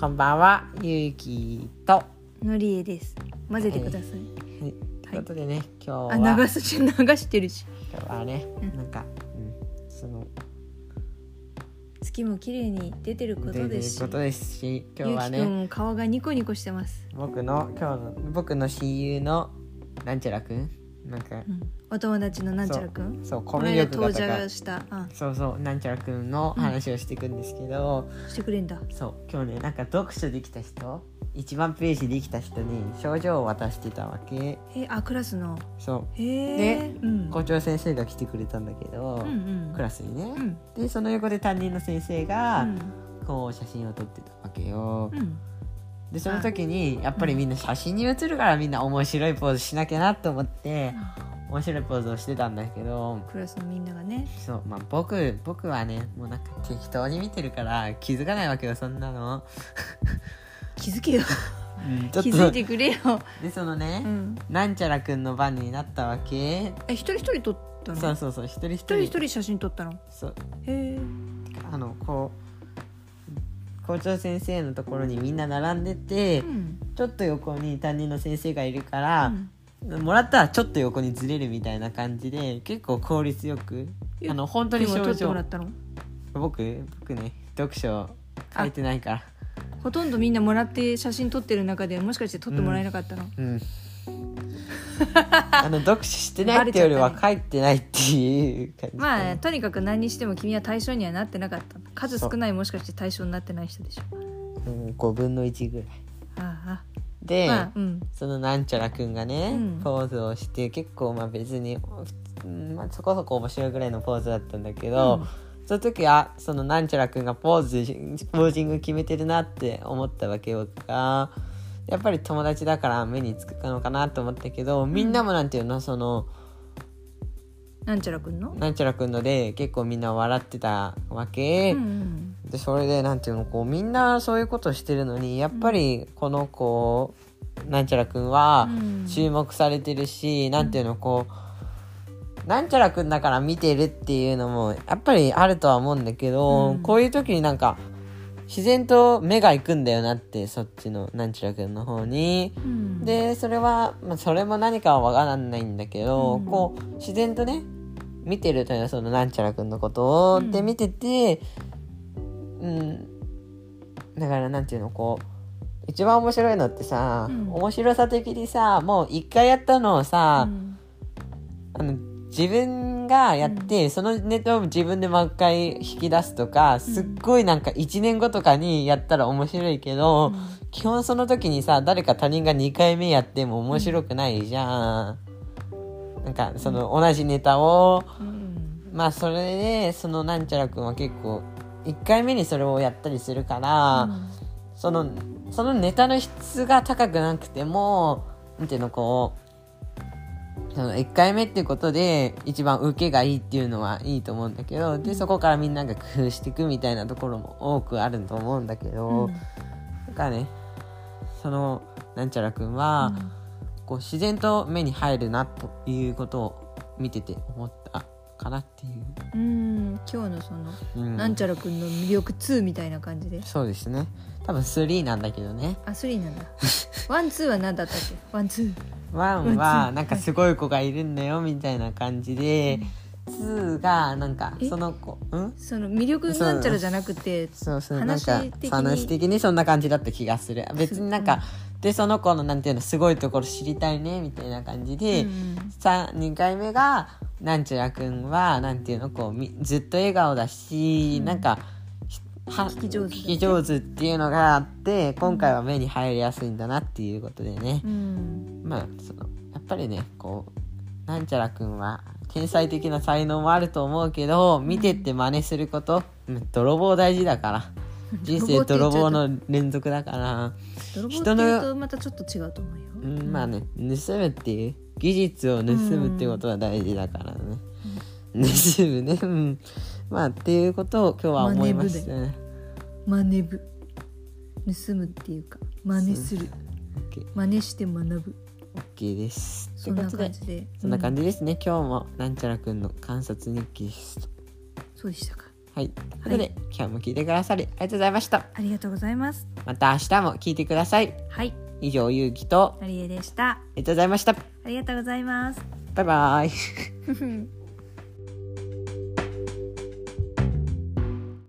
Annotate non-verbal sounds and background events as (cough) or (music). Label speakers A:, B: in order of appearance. A: こんばんは、ゆうきと。
B: のりえです混ぜてください、
A: はい、ということでね、今日は。
B: あ流すし (laughs) 流してるし
A: 今日はね
B: うん、
A: なんか、うん、その、
B: 月も綺麗に出てること
A: 出て
B: で
A: る
B: すし
A: ことですし、今日
B: ゆう
A: は
B: きくん
A: ね、
B: も顔がニコニコしてます、
A: 僕の、今日の、僕の親友の。なんちゃらくん、なんか
B: う、ん、お友達のなんちゃらくん
A: そう、コ
B: この
A: ミュ
B: 間
A: 力が
B: 登
A: と
B: 場
A: か。
B: したあ
A: そうそう、なんちゃらくんの話をしていくんですけど。
B: してくれんだ
A: そう今日ねなんか読書できた人一番ページできた人に賞状を渡してたわけ
B: えあクラスの
A: そ
B: へえ、
A: ね
B: うん
A: う、校長先生が来てくれたんだけど、
B: うんうん
A: クラスにね、
B: うん
A: でその横で担任の先生が、
B: うん
A: こう写真を撮ってたわけよ、
B: うん
A: でその時にやっぱりみんな写真に写るからみんな面白いポーズしなきゃなと思って面白いポーズをしてたんだけど
B: クラスのみんながね
A: そうまあ僕僕はねもうなんか適当に見てるから気づかないわけよそんなの、
B: 気づけよ
A: うん、ちょっ
B: 気づい
A: と
B: てくれよ、
A: でそのね、
B: うん、
A: なんちゃらくんの番になったわけ、
B: え一人一人撮ったの
A: そう
B: 一
A: そうそう一人一人
B: 人一人写真撮ったの
A: そう
B: へえ
A: あのこう校長先生のところにみんな並んでて、
B: うん
A: ちょっと横に担任の先生がいるから
B: う、ん
A: もらったらちょっと横にずれるみたいな感じで結構効率よく
B: え
A: あの本当に
B: 今撮
A: 症
B: ってもら
A: 状
B: ったの
A: 僕僕ね読書書いてないから
B: ほとんどみんなもらって写真撮ってる中でもしかして撮ってもらえなかったの、
A: うんあの読書してないっていうより
B: (laughs)
A: は書いてないっていう感じかな
B: まあとにかく何にしても君は対象にはなってなかった数少ないもしかして対象になってない人でしょ
A: うん、5分の1ぐらい
B: あ
A: で、
B: あまあうん
A: そのなんちゃらくんがね、
B: うん
A: ポーズをして結構まあ別に、うんまあ、そこそこ面白いぐらいのポーズだったんだけど、その時はそのなんちゃらくんがポーズポージング決めてるなって思ったわけよがやっぱり友達だから目につくのかなと思ったけどみんなもなんていうのその
B: なんちゃらくんの、
A: なんちゃらくんので結構みんな笑ってたわ
B: う
A: け。
B: んうん、
A: でそれでなんていうのこうみんなそういうことしてるのにやっぱりこの子なんちゃらくんは
B: うん
A: 注目されてるし、なんていうのこうなんちゃらくんだから見てるっていうのもやっぱりあるとは思うんだけど、
B: うん
A: こういう時になんか自然と目が行くんだよなってそっちのなんちゃらくんの方に。
B: うん、
A: でそれは、まあ、それも何かはわからないんだけど、
B: うん
A: こう自然とね見てるというのはそのなんちゃらくんのことを、
B: うん
A: で見ててうんだからなんていうのこう一番面白いのってさ、
B: うん
A: 面白さ的にさもう一回やったのを
B: う
A: さ、
B: ん
A: あの自分がやって、そのネタを自分でもう一回引き出すとかすっごいなんか1年後とかにやったら面白いけど、基本その時にさ誰か他人が2回目やっても面白くないじゃん。なんかその同じネタを
B: うん
A: まあそれでそのなんちゃらくんは結構1回目にそれをやったりするから、そのそのネタの質が高くなくてもなんていうのこうその1回目っていうことで一番受けがいいっていうのはいいと思うんだけどでそこからみんなが工夫していくみたいなところも多くあると思うんだけ
B: うん
A: ど。だからねそのなんちゃらくん
B: う
A: は、
B: ん
A: こう自然と目に入るなということを見てて思ったかなっていう、
B: うん今日のその、
A: うん、
B: なんちゃらくんの魅力2みたいな感じで
A: そうですね多分3なんだけどね
B: あ3なんだ
A: (laughs)
B: ワンツーは何だったっけワンツー
A: 1はなんかすごい子がいるんだよみたいな感じで2がなんか
B: え
A: その子うん
B: その魅力なんちゃらじゃなくて
A: そうそうなん
B: 話
A: か
B: 的に
A: 話的にそんな感じだった気がする別になんか、でその子のなんていうのすごいところ知りたいねみたいな感じで、
B: うんうん
A: さ2回目がなんちゅらくんはなんていうのこうみずっと笑顔だし、なんかひは
B: 聞き上手だね
A: 聞き上手っていうのがあって今回は目に入りやすいんだなっていうことでね
B: う、ん
A: まあそのやっぱりねこうなんちゃらくんは天才的な才能もあると思うけど見てって真似すること、うん泥棒大事だ (laughs) から人生泥棒の連続だから。
B: 泥棒っていうとまたちょっと違うと思うよ、
A: うん、まあね盗むっていう技術を盗むっていうことは大事だからね、盗むねうんまあっていうことを今日は思いましたね
B: 真似ぶ盗むっていうか真似する
A: OK
B: 真似して学ぶ
A: OK です
B: そんな
A: ってこと
B: 感
A: で
B: じで
A: そんな感
B: じ、
A: じですね、今日もなんちゃらくんの観察日記です
B: うんそうでしたか
A: ははい。ということで、
B: はい
A: 今日も聞いてくださりありがとうございました。
B: ありがとうございます
A: また明日も聞いてください。
B: はい
A: 以上、ゆうきと、あ
B: ありえでした
A: りがとうございました。
B: ありがとうございます
A: バイバイ。